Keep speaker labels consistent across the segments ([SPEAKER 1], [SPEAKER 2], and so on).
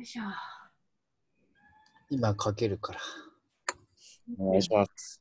[SPEAKER 1] いしょ。
[SPEAKER 2] 今かけるから。
[SPEAKER 3] お願いします。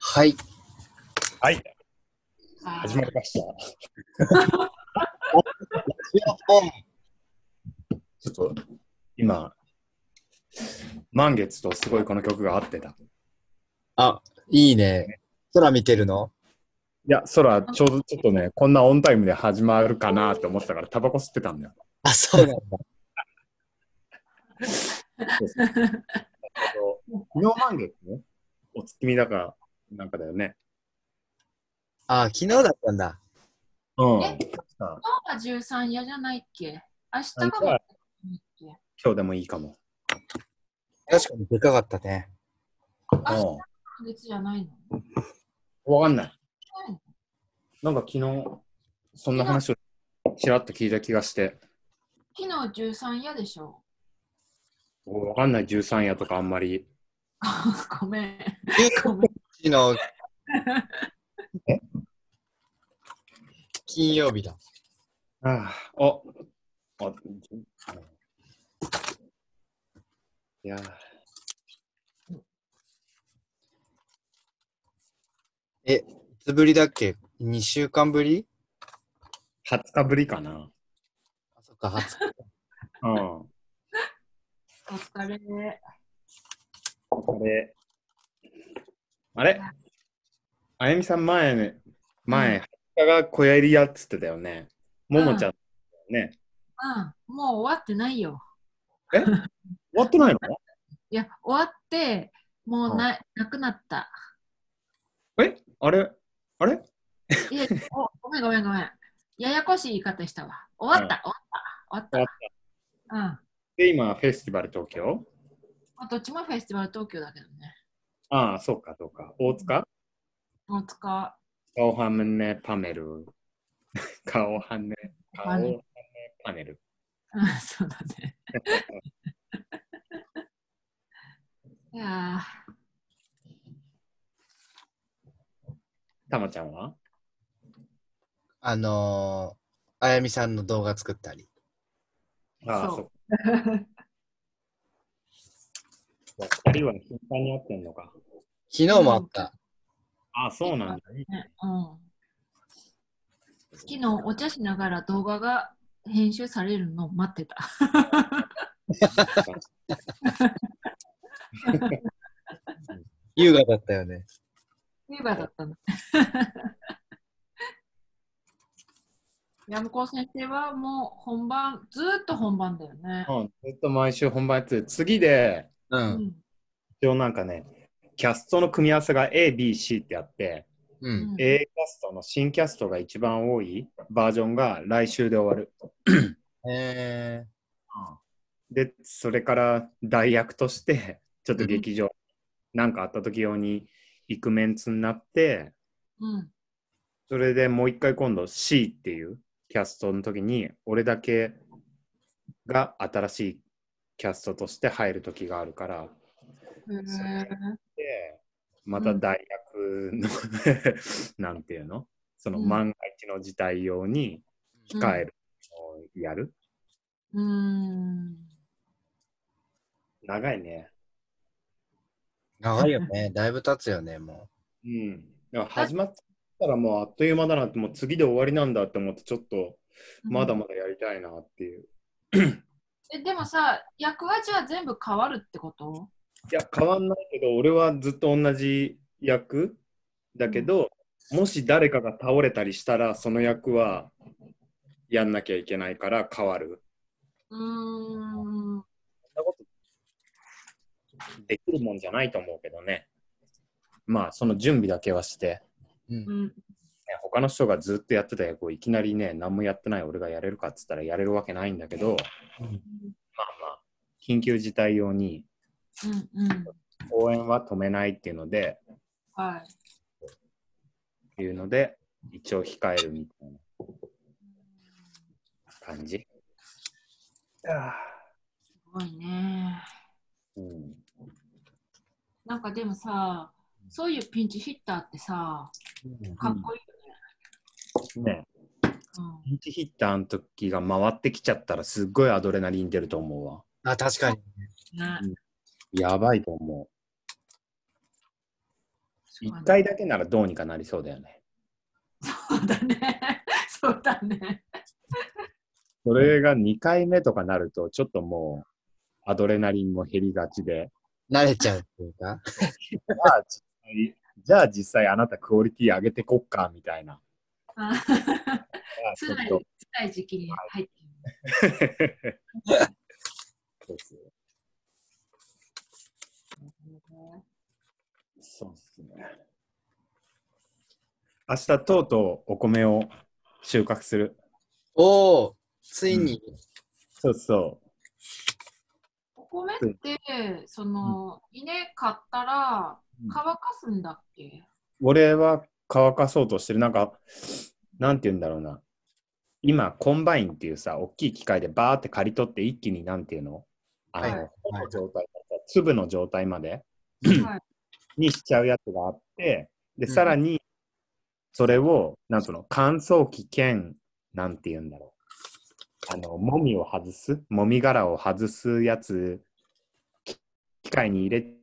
[SPEAKER 2] はい。
[SPEAKER 3] はい、
[SPEAKER 1] あ
[SPEAKER 3] 始まりました。ちょっと今、満月とすごいこの曲が合ってた。い
[SPEAKER 2] あ、いいね。空見てるの
[SPEAKER 3] や、空、ちょうどちょっとね、こんなオンタイムで始まるかなって思ってたから、タバコ吸ってたんだよ。
[SPEAKER 2] あ、そうなんだ。
[SPEAKER 3] 昨日満月ね、お月見だから、なんかだよね。
[SPEAKER 2] あ、昨日だったんだ。
[SPEAKER 3] うん。
[SPEAKER 1] え
[SPEAKER 3] さあ
[SPEAKER 1] 今日は13夜じゃないっけ明日
[SPEAKER 3] なん
[SPEAKER 1] が
[SPEAKER 3] か今日でもいいかも。
[SPEAKER 2] 確かにでかかった ね。
[SPEAKER 1] 明
[SPEAKER 3] う
[SPEAKER 1] 日月じゃないの
[SPEAKER 3] ん。わかんない。なんか昨日、そんな話をちらっと聞いた気がして、
[SPEAKER 1] 昨日13夜でしょ
[SPEAKER 3] わかんない13夜とかあんまり。
[SPEAKER 1] ごめん。
[SPEAKER 2] 19
[SPEAKER 1] ごめん。
[SPEAKER 2] 日の金曜日だ。
[SPEAKER 3] ああ、あ、あ、じいやー、
[SPEAKER 2] いつぶりだっけ ?2 週間ぶり
[SPEAKER 3] 20日ぶりかな。
[SPEAKER 2] あ、そっか、初。
[SPEAKER 3] うん。
[SPEAKER 1] お疲れ。
[SPEAKER 3] あれ、あれあやみさん前ね、前、20日が小やりやっつってたよね。ももちゃん、ね。
[SPEAKER 1] うん、もう終わってないよ。
[SPEAKER 3] 終わってないの
[SPEAKER 1] いや、終わって、もうな,、なくなった。
[SPEAKER 3] えあれあれ
[SPEAKER 1] いやおごめんごめんごめん。ややこしい言い方したわ。終わった、終わった、終わった。うん。
[SPEAKER 3] で、今、フェスティバル東京
[SPEAKER 1] まあ、どっちもフェスティバル東京だけどね。
[SPEAKER 3] ああ、そうか、そうか。大塚
[SPEAKER 1] 大塚、
[SPEAKER 3] 顔はめねパネル。顔はめ、顔
[SPEAKER 1] パ
[SPEAKER 3] は
[SPEAKER 1] ネ
[SPEAKER 3] め
[SPEAKER 1] ル
[SPEAKER 3] パネル。
[SPEAKER 1] うん、そうだね。いや
[SPEAKER 3] たまちゃんは
[SPEAKER 2] あのー、あやみさんの動画作ったり。
[SPEAKER 3] ああ、
[SPEAKER 1] そう
[SPEAKER 3] そう
[SPEAKER 1] ー
[SPEAKER 3] 二人は頻繁に会ってんのか。
[SPEAKER 2] 昨日もあった。
[SPEAKER 3] ああ、そうなんだ。
[SPEAKER 1] ねうん。昨日お茶しながら動画が編集されるのを待ってた。
[SPEAKER 2] 優雅だったよね。
[SPEAKER 1] 冬場だった の。山子先生はもう本番、ずーっと本番だよね。
[SPEAKER 3] うん、ずっと毎週本番やってて、次で、
[SPEAKER 2] う。
[SPEAKER 1] うんん。
[SPEAKER 3] 一応なんかね、キャストの組み合わせが A、B、C ってあって、
[SPEAKER 2] う。
[SPEAKER 1] うんん
[SPEAKER 3] A キャストの新キャストが一番多いバージョンが来週で終わる。
[SPEAKER 2] え
[SPEAKER 3] で、それから代役として、ちょっと劇場、なんかあった時用に行くメンツになって、
[SPEAKER 1] うん。
[SPEAKER 3] それでもう一回今度 C っていうキャストの時に、俺だけが新しいキャストとして入る時があるから、
[SPEAKER 1] へー
[SPEAKER 3] で、また大学の、 なんていうのその
[SPEAKER 1] うん
[SPEAKER 3] 万が一の事態用に控えるのをやる。
[SPEAKER 1] うーん。
[SPEAKER 3] 長いね。
[SPEAKER 2] ー、長いよね。だいぶ経つよね、も
[SPEAKER 3] うん。だから始まったらもうあっという間だなって、もう次で終わりなんだって思って、ちょっとまだまだやりたいなっていう。
[SPEAKER 1] え、でもさ、役はじゃあ全部変わるってこと
[SPEAKER 3] いや、変わんないけど、俺はずっと同じ役だけど、もし誰かが倒れたりしたら、その役はやんなきゃいけないから変わる。
[SPEAKER 1] うーん。
[SPEAKER 3] そんなことできるもんじゃないと思うけどね。まあ、その準備だけはして、
[SPEAKER 2] う。うん
[SPEAKER 1] うん。
[SPEAKER 3] ね、他他の人がずっとやってた役をいきなりね、何もやってない俺がやれるかっつったらやれるわけないんだけど、まあまあ、緊急事態用に
[SPEAKER 1] うんうん。
[SPEAKER 3] 応援は止めないっていうので、
[SPEAKER 1] はい。
[SPEAKER 3] っていうので、一応控えるみたいな感じ。
[SPEAKER 1] すごいね。
[SPEAKER 3] うん、
[SPEAKER 1] なんかでもさ、そういうピンチヒッターってさ、かっこいいよね。
[SPEAKER 3] ね、
[SPEAKER 1] うん
[SPEAKER 3] ピンチヒッターの時が回ってきちゃったらすっごいアドレナリン出ると思うわ。
[SPEAKER 2] あ、確かに。
[SPEAKER 1] ね
[SPEAKER 3] やばいと思う。一回だけならどうにかなりそうだよね。
[SPEAKER 1] そうだね。 そうだね。
[SPEAKER 3] それが2回目とかなると、ちょっともう、アドレナリンも減りがちで、
[SPEAKER 2] 慣れちゃうっていうか。
[SPEAKER 3] じゃあ実際、じゃあ実際あなたクオリティ上げてこっか、みたいな。
[SPEAKER 1] あ
[SPEAKER 3] ち
[SPEAKER 1] 辛
[SPEAKER 3] ょっ
[SPEAKER 1] い
[SPEAKER 3] と
[SPEAKER 1] 辛い時期に入ってる。
[SPEAKER 3] そうそうそうですね。明日とうとうお米を収穫する。
[SPEAKER 2] おお、ついに。
[SPEAKER 3] そうそ
[SPEAKER 1] お米って、その、稲買ったら
[SPEAKER 3] うん
[SPEAKER 1] 乾かすんだっけ、
[SPEAKER 3] う。俺は乾かそうとしてる。なんか、なんて言うんだろうな。今、コンバインっていうさ、大きい機械でバーって刈り取って一気になんていうのあの、
[SPEAKER 1] は
[SPEAKER 3] 穂の状態から粒の状態まで
[SPEAKER 1] はい。
[SPEAKER 3] にしちゃうやつがあって、で、
[SPEAKER 2] うん
[SPEAKER 3] さらに、それを、なんその、乾燥機兼、なんて言うんだろう。あの、もみを外す、もみ殻を外すやつ、機械に入れ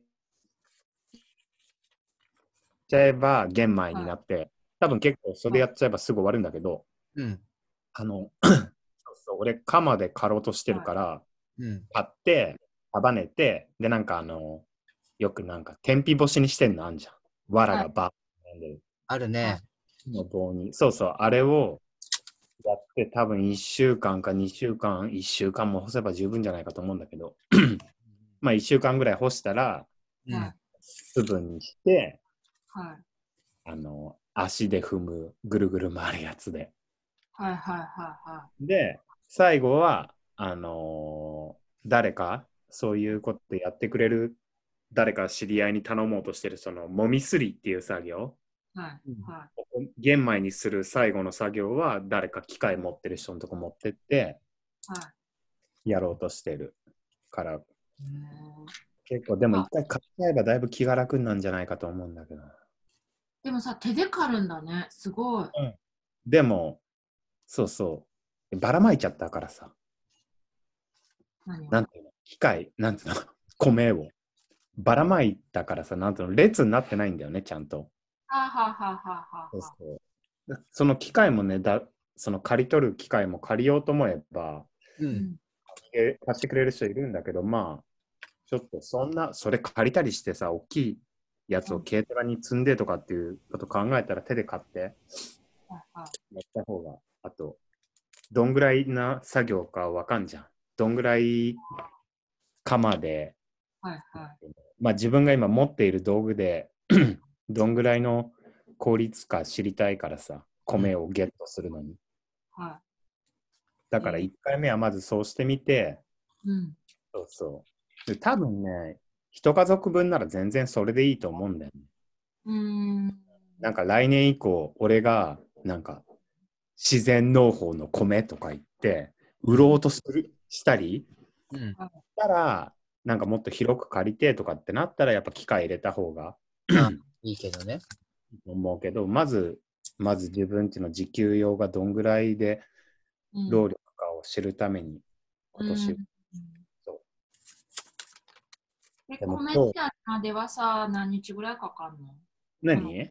[SPEAKER 3] ちゃえば玄米になって、多分結構それやっちゃえばすぐ終わるんだけど、
[SPEAKER 2] うん。
[SPEAKER 3] あの、 そうそう俺、鎌で刈ろうとしてるから、
[SPEAKER 2] うん。
[SPEAKER 3] 買って、束ねて、で、なんかあの、よくなんか天日干しにしてんのあんじゃん。藁がばーんでる。
[SPEAKER 2] あるね。
[SPEAKER 3] の棒に。そうそう、あれをやって、多分1週間か2週間、1週間も干せば十分じゃないかと思うんだけど、 まあ1週間ぐらい干したら、
[SPEAKER 2] うん。
[SPEAKER 1] はい
[SPEAKER 3] 粒にして、
[SPEAKER 1] はい。
[SPEAKER 3] あの、足で踏む、ぐるぐる回るやつで。
[SPEAKER 1] はいはいはいは
[SPEAKER 3] で、最後は、あのー誰か、そういうことやってくれる、誰か知り合いに頼もうとしてる、その、もみすりっていう作業、
[SPEAKER 1] い。はい
[SPEAKER 2] うん
[SPEAKER 1] は
[SPEAKER 3] 玄米にする最後の作業は、誰か機械持ってる人のとこ持ってって、
[SPEAKER 1] い。はい
[SPEAKER 3] やろうとしてるから、
[SPEAKER 1] へー
[SPEAKER 3] 結構、でも
[SPEAKER 1] あ
[SPEAKER 3] 一回買っちゃえばだいぶ気が楽になんじゃないかと思うんだけど。
[SPEAKER 1] でもさ、手で刈るんだね。すごい。
[SPEAKER 3] でも、そうそう、ばらまいちゃったからさ、
[SPEAKER 1] 何
[SPEAKER 3] なんていうの、機械、なんていうの、 米を。ばらまいたからさ、なんていうの、列になってないんだよね、ちゃんと。
[SPEAKER 1] はあ、はあはあはあはあはあ。
[SPEAKER 3] そうその機械もねだ、その借り取る機械も借りようと思えば、
[SPEAKER 2] う。
[SPEAKER 1] うんん
[SPEAKER 3] え貸してくれる人いるんだけど、まあ、ちょっとそんな、それ借りたりしてさ、大きいやつを軽トラに積んでとかっていうこと考えたら手で買ってや
[SPEAKER 1] はいはい
[SPEAKER 3] った方が、あと、どんぐらいな作業かわかんじゃん。どんぐらい鎌で
[SPEAKER 1] はいはい
[SPEAKER 3] まあ、自分が今持っている道具で どんぐらいの効率か知りたいからさ米をゲットするのに
[SPEAKER 1] は
[SPEAKER 3] だから
[SPEAKER 1] うん
[SPEAKER 3] 1回目はまずそうしてみて、
[SPEAKER 1] い。うん。
[SPEAKER 3] そうそうで多分ね一家族分なら全然それでいいと思うんだよね
[SPEAKER 1] うーん。
[SPEAKER 3] なんか来年以降俺がなんか自然農法の米とか言って売ろうとするしたり
[SPEAKER 2] うん。
[SPEAKER 3] したらなんかもっと広く借りてとかってなったらやっぱ機械入れた方が
[SPEAKER 2] いいけどね。
[SPEAKER 3] 思うけど、まず、まず自分ちの時給用がどんぐらいで
[SPEAKER 1] うん
[SPEAKER 3] 労力かを知るために、今年、
[SPEAKER 1] うん
[SPEAKER 3] そ
[SPEAKER 1] え、
[SPEAKER 3] でも
[SPEAKER 1] 米
[SPEAKER 3] 今日
[SPEAKER 1] になるまではさ、何日ぐらいかかんの
[SPEAKER 3] 何、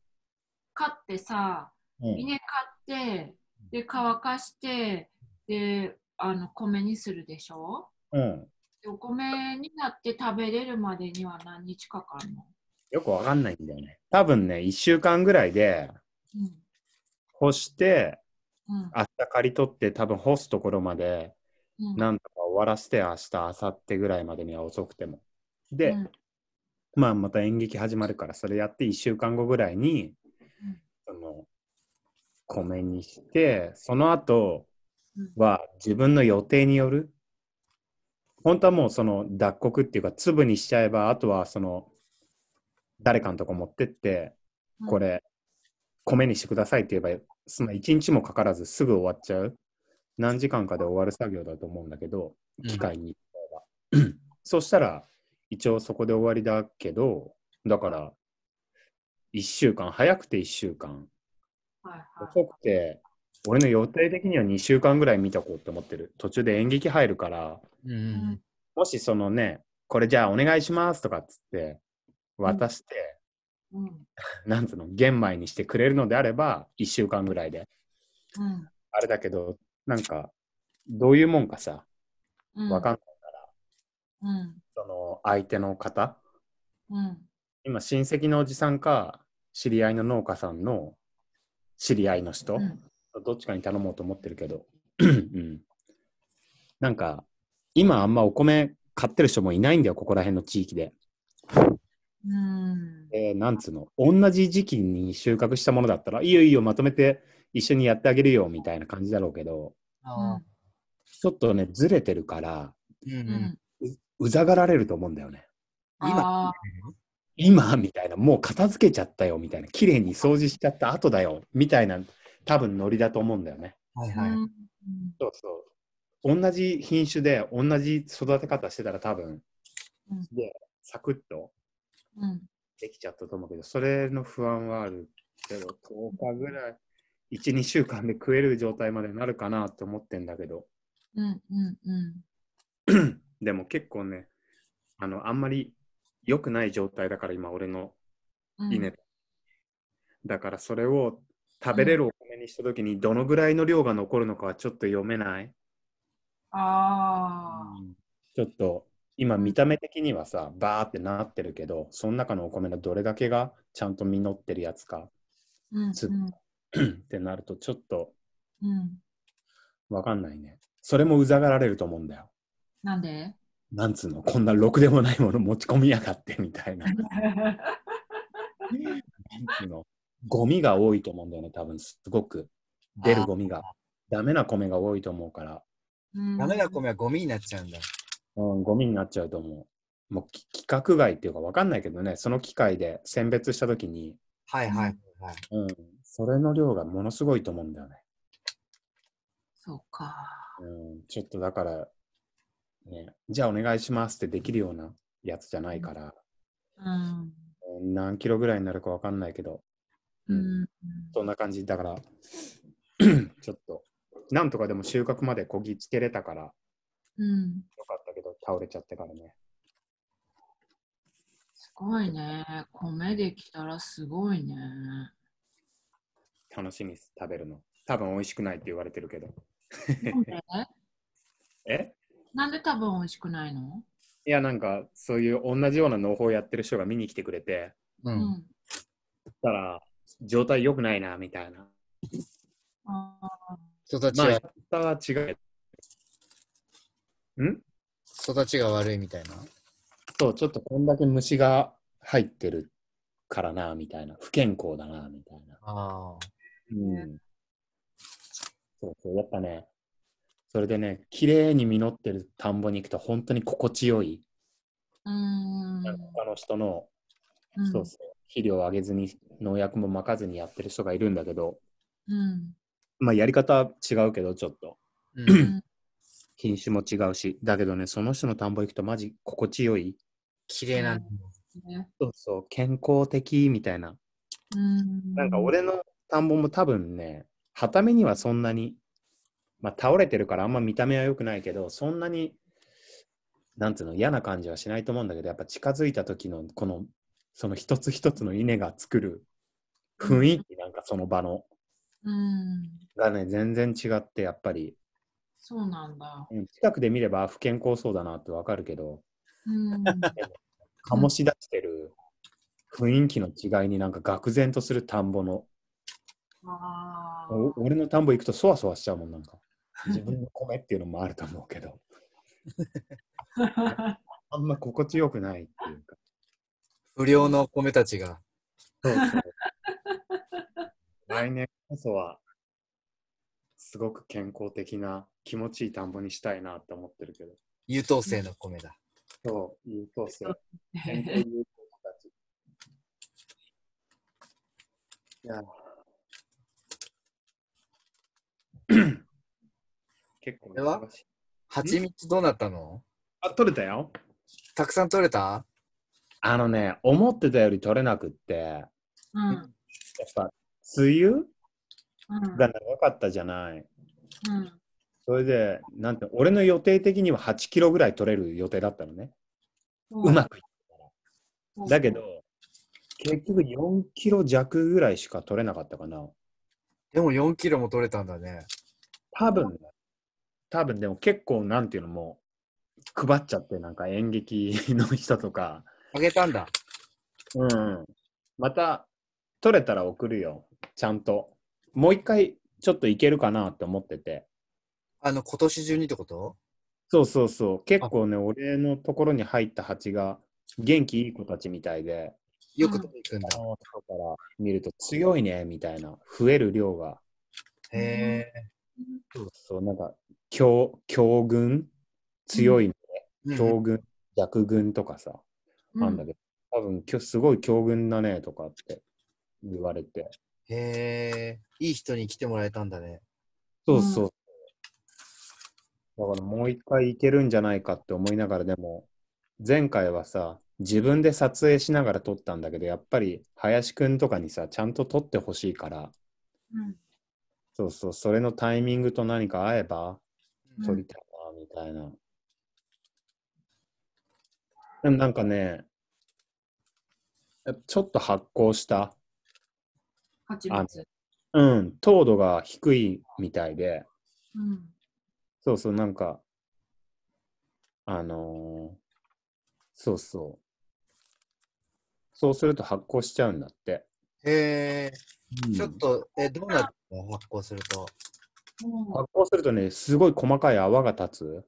[SPEAKER 1] 買ってさ、
[SPEAKER 3] うん
[SPEAKER 1] 稲買って、で、乾かして、で、あの、米にするでしょ
[SPEAKER 3] うん、
[SPEAKER 1] でお米になって食べれるまでには何日かかんの
[SPEAKER 3] よくわかんないんだよね。多分ね、1週間ぐらいで干して、
[SPEAKER 1] うん。うん。
[SPEAKER 3] 明日刈り取って、多分干すところまで、
[SPEAKER 1] うん
[SPEAKER 3] なんとか終わらせて、明日、明後日ぐらいまでには遅くても。で、
[SPEAKER 1] うん
[SPEAKER 3] まあ、また演劇始まるから、それやって1週間後ぐらいに、
[SPEAKER 1] うん
[SPEAKER 3] その米にして、その後
[SPEAKER 1] うん
[SPEAKER 3] は自分の予定による。本当はもうその脱穀っていうか粒にしちゃえば、あとはその誰かのとこ持ってって、
[SPEAKER 1] うん
[SPEAKER 3] これ米にしてくださいって言えば、その1日もかからずすぐ終わっちゃう。何時間かで終わる作業だと思うんだけど、機械に行ったら そしたら、一応そこで終わりだけど、だから、1週間、早くて1週間、
[SPEAKER 1] はいはい。
[SPEAKER 3] 遅くて、俺の予定的には2週間ぐらい見とこうって思ってる。途中で演劇入るから、
[SPEAKER 2] うんうん
[SPEAKER 3] もしそのね、これじゃあお願いしますとかっつって、渡して、
[SPEAKER 1] うん。
[SPEAKER 3] なんつうの、玄米にしてくれるのであれば、1週間ぐらいで。
[SPEAKER 1] うん
[SPEAKER 3] あれだけど、なんか、どういうもんかさ、
[SPEAKER 1] うん。
[SPEAKER 3] わかんない。
[SPEAKER 1] うん。
[SPEAKER 3] その、相手の方
[SPEAKER 1] うん。
[SPEAKER 3] 今親戚のおじさんか知り合いの農家さんの知り合いの人、
[SPEAKER 1] うん
[SPEAKER 3] どっちかに頼もうと思ってるけど、 うん、なんか今あんまお米買ってる人もいないんだよここら辺の地域で、
[SPEAKER 1] うん。
[SPEAKER 3] えーなんつうの同じ時期に収穫したものだったらいいよいいよまとめて一緒にやってあげるよみたいな感じだろうけど
[SPEAKER 2] あ
[SPEAKER 3] ちょっとねずれてるから
[SPEAKER 2] ーうんう
[SPEAKER 1] うんん。
[SPEAKER 3] うざがられると思うんだよね
[SPEAKER 1] 今。
[SPEAKER 3] 今みたいな、もう片付けちゃったよみたいな、綺麗に掃除しちゃった後だよみたいな、多分ノリだと思うんだよね。
[SPEAKER 2] はい
[SPEAKER 1] うん
[SPEAKER 2] はい。
[SPEAKER 1] うん
[SPEAKER 3] そうそう。同じ品種で、同じ育て方してたら多分、
[SPEAKER 1] うん
[SPEAKER 3] で、サクッと
[SPEAKER 1] うん。
[SPEAKER 3] できちゃったと思うけど、それの不安はあるけど、10日ぐらい、1、2週間で食える状態までなるかなって思ってんだけど、
[SPEAKER 1] うん。うん。うん。
[SPEAKER 3] でも結構ね、あの、あんまり良くない状態だから今、俺の
[SPEAKER 1] うん
[SPEAKER 3] 稲。だからそれを食べれるお米にした時にどのぐらいの量が残るのかはちょっと読めない、
[SPEAKER 1] ああ。
[SPEAKER 3] ちょっと今見た目的にはさバーってなってるけどその中のお米のどれだけがちゃんと実ってるやつか
[SPEAKER 1] うん。
[SPEAKER 3] つ
[SPEAKER 1] うん。
[SPEAKER 3] ってなるとちょっと
[SPEAKER 1] うん。
[SPEAKER 3] わかんないねそれもうざがられると思うんだよ
[SPEAKER 1] なんで
[SPEAKER 3] なんつうのこんなろくでもないもの持ち込みやがってみたい ななんつうのゴミが多いと思うんだよね多分すごく出るゴミがダメな米が多いと思うから
[SPEAKER 1] ダ
[SPEAKER 2] ダメな米はゴミになっちゃうんだ。
[SPEAKER 3] うん、ゴミになっちゃうと思う。もうき規格外っていうか分かんないけどね、その機械で選別したときに、
[SPEAKER 2] はいはいはい。
[SPEAKER 3] うん、それの量がものすごいと思うんだよね。
[SPEAKER 1] そうか。
[SPEAKER 3] うん、ちょっとだから、ね、じゃあお願いしますってできるようなやつじゃないから、
[SPEAKER 1] うん。
[SPEAKER 3] うん何キロぐらいになるか分かんないけど、
[SPEAKER 1] うん。
[SPEAKER 3] そんな感じだから、 ちょっと、なんとかでも収穫までこぎつけれたから、よ
[SPEAKER 1] うん。
[SPEAKER 3] かったけど、倒れちゃってからね。
[SPEAKER 1] すごいね。米できたらすごいね。
[SPEAKER 3] 楽しみです、食べるの。多分美味しくないって言われてるけど。
[SPEAKER 1] なんで
[SPEAKER 3] え
[SPEAKER 1] なんで多分美味しくないの
[SPEAKER 3] いや、なんか、そういう同じような農法やってる人が見に来てくれて、
[SPEAKER 2] う。
[SPEAKER 1] うんん。
[SPEAKER 3] たら、状態良くないな、みたいな。
[SPEAKER 1] あ
[SPEAKER 2] 育ち
[SPEAKER 3] まあ、や
[SPEAKER 2] が
[SPEAKER 3] っ、たは違う。ん
[SPEAKER 2] 育ちが悪いみたいな。
[SPEAKER 3] そう、ちょっとこんだけ虫が入ってるからな、みたいな。不健康だな、みたいな。
[SPEAKER 2] ああ。
[SPEAKER 3] うん。そうそう、やっぱね、それでね、綺麗に実ってる田んぼに行くと、本当に心地よい。
[SPEAKER 1] ーうーん。
[SPEAKER 3] なんか他の人の、
[SPEAKER 1] うん
[SPEAKER 3] そうそう、肥料をあげずに、農薬もまかずにやってる人がいるんだけど、
[SPEAKER 1] うん。
[SPEAKER 3] まあ、やり方は違うけど、ちょっと。
[SPEAKER 2] うん。
[SPEAKER 3] 品種も違うし、だけどね、その人の田んぼ行くとマジ心地よい。
[SPEAKER 2] 綺麗なんだ。
[SPEAKER 1] ね
[SPEAKER 3] そうそう、健康的みたいな。
[SPEAKER 1] うん。
[SPEAKER 3] なんか俺の田んぼも多分ね、はためにはそんなに、まあ倒れてるからあんま見た目は良くないけど、そんなに、なんつうの、嫌な感じはしないと思うんだけど、やっぱ近づいた時のこの、その一つ一つの稲が作る雰囲気、なんかその場の、
[SPEAKER 1] うん。
[SPEAKER 3] がね、全然違って、やっぱり、
[SPEAKER 1] そうなんだ。
[SPEAKER 3] うん近くで見れば不健康そうだなってわかるけど、
[SPEAKER 1] うん。
[SPEAKER 3] 醸し出してる雰囲気の違いになんか愕然とする田んぼの
[SPEAKER 1] あ
[SPEAKER 3] お
[SPEAKER 1] ー
[SPEAKER 3] 俺の田んぼ行くとそわそわしちゃうもんな んか自分の米っていうのもあると思うけどあんま心地よくないっていう か
[SPEAKER 2] 不良のお米たちが。
[SPEAKER 3] そうそう来年こそはすごく健康的な気持ちいい田んぼにしたいなって思ってるけど。
[SPEAKER 2] 優等生の米だ。
[SPEAKER 3] そう、優等生。健康優等生たち。いや。結構
[SPEAKER 2] これは
[SPEAKER 3] 忙しい
[SPEAKER 2] 蜂蜜どうなったの
[SPEAKER 3] あ、取れたよ。
[SPEAKER 2] たくさん取れた
[SPEAKER 3] あのね、思ってたより取れなくって、やっ
[SPEAKER 1] うんうん
[SPEAKER 3] ぱ、梅雨
[SPEAKER 1] うん
[SPEAKER 3] が長かったじゃない。
[SPEAKER 1] うん
[SPEAKER 3] それで、なんて、俺の予定的には8キロぐらい取れる予定だったのね。うまくいっ
[SPEAKER 1] そう
[SPEAKER 3] た。だけど、結局4キロ弱ぐらいしか取れなかったかな。
[SPEAKER 2] でも4キロも取れたんだね。
[SPEAKER 3] 多分ね、多分でも結構、なんていうのもう、配っちゃって、なんか演劇の人とか、
[SPEAKER 2] あげたんだ。
[SPEAKER 3] うん。また、取れたら送るよ。ちゃんと。もう一回、ちょっといけるかなって思ってて。
[SPEAKER 2] あの、今年中にってこと
[SPEAKER 3] そうそうそう。結構ね、俺のところに入った蜂が、元気いい子たちみたいで、
[SPEAKER 2] よく取りに行くんだ。
[SPEAKER 3] 外から見ると強いね、みたいな。増える量が。
[SPEAKER 1] ん
[SPEAKER 2] へえ。
[SPEAKER 3] そうそう、なんか、強、強軍強い、強軍、弱軍とかさ、
[SPEAKER 1] うん
[SPEAKER 3] あんだけど、多分、きょすごい強軍だね、とかって言われて。
[SPEAKER 2] へえ。いい人に来てもらえたんだね。
[SPEAKER 3] そうそう。だからもう一回いけるんじゃないかって思いながらでも、前回はさ、自分で撮影しながら撮ったんだけど、やっぱり林くんとかにさ、ちゃんと撮ってほしいから、
[SPEAKER 1] うん
[SPEAKER 3] そうそう、それのタイミングと何か合えば
[SPEAKER 1] うん
[SPEAKER 3] 撮りたいな、みたいな。でもなんかね、ちょっと発酵した、
[SPEAKER 1] 蜂
[SPEAKER 3] あの
[SPEAKER 1] 蜜
[SPEAKER 3] うん、糖度が低いみたいで、
[SPEAKER 1] うん
[SPEAKER 3] そうそう、なんか、あのーそうそう。そうすると発酵しちゃうんだって。
[SPEAKER 2] へえ。ちょっ
[SPEAKER 3] 発
[SPEAKER 2] と、え、どうなったの発酵すると。
[SPEAKER 1] うん
[SPEAKER 3] 酵するとね、すごい細かい泡が立
[SPEAKER 1] あ
[SPEAKER 3] つ。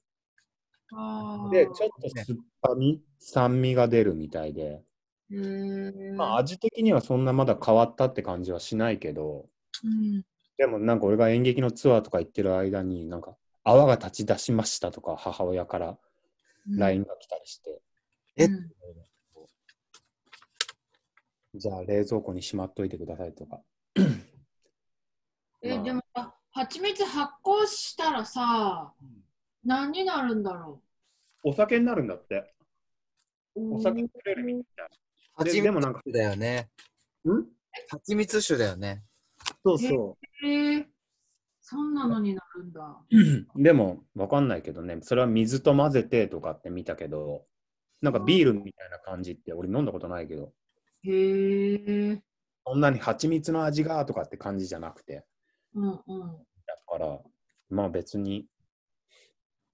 [SPEAKER 1] ー
[SPEAKER 3] で、ちょっと酸っぱみ、酸味が出るみたいで、
[SPEAKER 1] へー
[SPEAKER 3] まあ味的にはそんなまだ変わったって感じはしないけど、
[SPEAKER 1] うん
[SPEAKER 3] でもなんか俺が演劇のツアーとか行ってる間に、なんか泡が立ち出しましたとか母親から
[SPEAKER 1] うん
[SPEAKER 3] LINE が来たりして、
[SPEAKER 2] え
[SPEAKER 1] うん
[SPEAKER 3] じゃあ冷蔵庫にしまっといてくださいとか。
[SPEAKER 1] え
[SPEAKER 3] まあ
[SPEAKER 1] でもあ蜂蜜発酵したらさ
[SPEAKER 3] ん
[SPEAKER 1] 何になるんだろ
[SPEAKER 3] お酒になるんだって。
[SPEAKER 1] う
[SPEAKER 3] お酒に触れるみたいで
[SPEAKER 2] 蜂
[SPEAKER 3] で
[SPEAKER 2] 蜜
[SPEAKER 3] もなんか
[SPEAKER 2] 酒だよね。
[SPEAKER 3] な。ん
[SPEAKER 2] 蜂蜜酒だよね。
[SPEAKER 3] そうそ
[SPEAKER 1] へえそんなのになるんだ
[SPEAKER 3] う。でも、わかんないけどね、それは水と混ぜてとかって見たけど、なんかビールみたいな感じって、俺飲んだことないけど、
[SPEAKER 1] へえ
[SPEAKER 3] そんなに蜂蜜の味がとかって感じじゃなくて、
[SPEAKER 1] うんうん
[SPEAKER 3] だから、まあ別に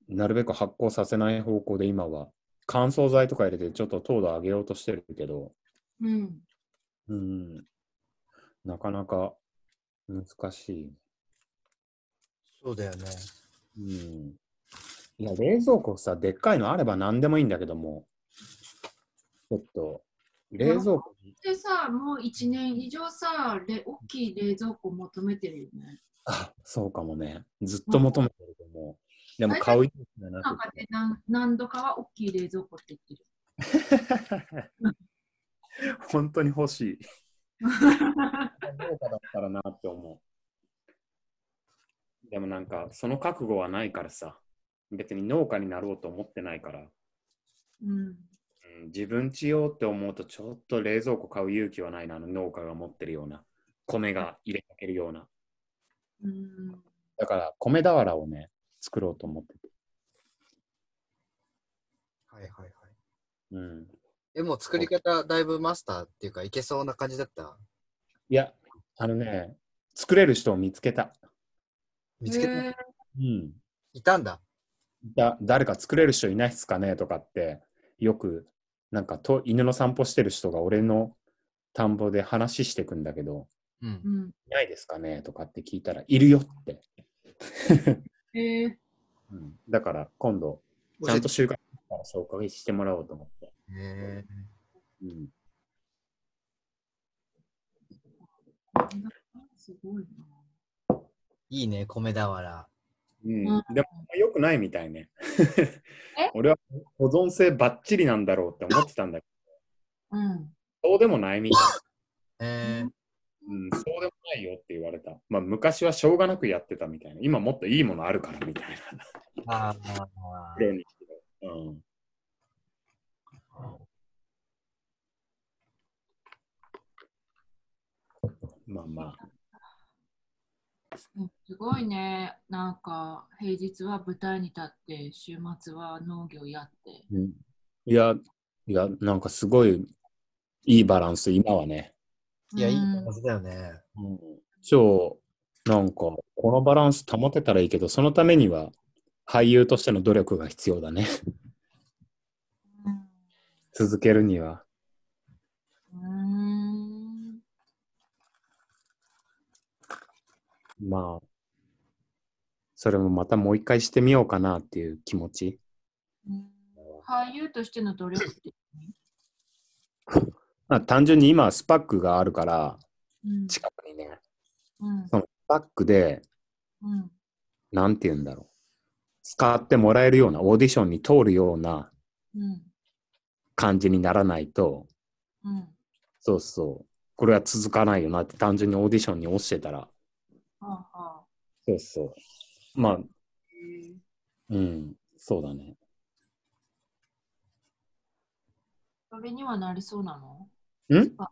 [SPEAKER 3] なるべく発酵させない方向で今は、乾燥剤とか入れてちょっと糖度上げようとしてるけど、
[SPEAKER 1] うん
[SPEAKER 3] うん、なかなか難しい。
[SPEAKER 2] そうだよね。
[SPEAKER 3] うんいや、冷蔵庫さ、でっかいのあれば何でもいいんだけども、ちょっと、冷蔵庫に、
[SPEAKER 1] でさもう1年以上され大きい冷蔵庫求めてるよね
[SPEAKER 3] あ、そうかもね。ずっと求めてるけども、でも買う意味がな
[SPEAKER 1] なん
[SPEAKER 3] く
[SPEAKER 1] か
[SPEAKER 3] て
[SPEAKER 1] で。何何度かは大きい冷蔵庫って言ってる
[SPEAKER 3] 本当に欲しい。農家だったらなって思う。でもなんか、その覚悟はないからさ、別に農家になろうと思ってないから、
[SPEAKER 1] うん
[SPEAKER 3] うん、自分ち用って思うと、ちょっと冷蔵庫買う勇気はないな、あの農家が持ってるような、米が入れかけるような。
[SPEAKER 1] うん
[SPEAKER 3] だから、米俵をね、作ろうと思ってて。
[SPEAKER 2] はいはいはい。
[SPEAKER 3] うん。
[SPEAKER 2] え、もう作り方だいぶマスターっていうか、いけそうな感じだった
[SPEAKER 3] いや、あのね、作れる人を見つけた。
[SPEAKER 2] 見つけ
[SPEAKER 1] へ
[SPEAKER 2] た
[SPEAKER 1] え
[SPEAKER 3] うん。
[SPEAKER 2] いたんだ。
[SPEAKER 3] だ誰か作れる人いないっすかねとかってよくなんかと犬の散歩してる人が俺の田んぼで話してくんだけど
[SPEAKER 2] う。
[SPEAKER 1] うんん
[SPEAKER 3] いないですかねとかって聞いたらいるよって、
[SPEAKER 1] へえ
[SPEAKER 3] うん、だから今度ちゃんと収穫したら紹介してもらおうと思って、
[SPEAKER 2] へえ
[SPEAKER 3] うん、
[SPEAKER 1] すごいな
[SPEAKER 2] いいね、米俵。
[SPEAKER 3] うん
[SPEAKER 1] うん
[SPEAKER 3] でも、良くないみたいね。 俺は保存性ばっちりなんだろうって思ってたんだけ
[SPEAKER 1] うん。
[SPEAKER 3] ど、そうでもないみたい。
[SPEAKER 2] えー、
[SPEAKER 3] うん、そうでもないよって言われた。まあ、昔はしょうがなくやってたみたいな。今もっといいものあるからみたいな。
[SPEAKER 2] あ
[SPEAKER 3] 例にしてうん。まあまあ。
[SPEAKER 1] うんすごいね。なんか、平日は舞台に立って、週末は農業やって。
[SPEAKER 3] うんいや、いや、なんかすごいいいバランス、今はね。
[SPEAKER 2] ーいや、いい
[SPEAKER 1] うん
[SPEAKER 2] はずだよね。
[SPEAKER 3] 超、なんか、このバランス保てたらいいけど、そのためには俳優としての努力が必要だね。続けるには。
[SPEAKER 1] うん。
[SPEAKER 3] まあ、それもまたもう一回してみようかなっていう気持ち。
[SPEAKER 1] うん俳優としての努力って。
[SPEAKER 3] まあ、単純に今、スパックがあるから、
[SPEAKER 1] うん
[SPEAKER 3] 近くにね、
[SPEAKER 1] うん
[SPEAKER 3] そのスパックで、
[SPEAKER 1] うん
[SPEAKER 3] なんて言うんだろう。使ってもらえるような、オーディションに通るような
[SPEAKER 1] うん
[SPEAKER 3] 感じにならないと、
[SPEAKER 1] うん
[SPEAKER 3] そうそう、これは続かないよなって、単純にオーディションに落ちてたら、
[SPEAKER 1] はあはあ
[SPEAKER 3] そうそう。まあ、
[SPEAKER 1] へえ
[SPEAKER 3] うん、そうだね。
[SPEAKER 1] それにはなりそうなの
[SPEAKER 3] ん
[SPEAKER 1] スパ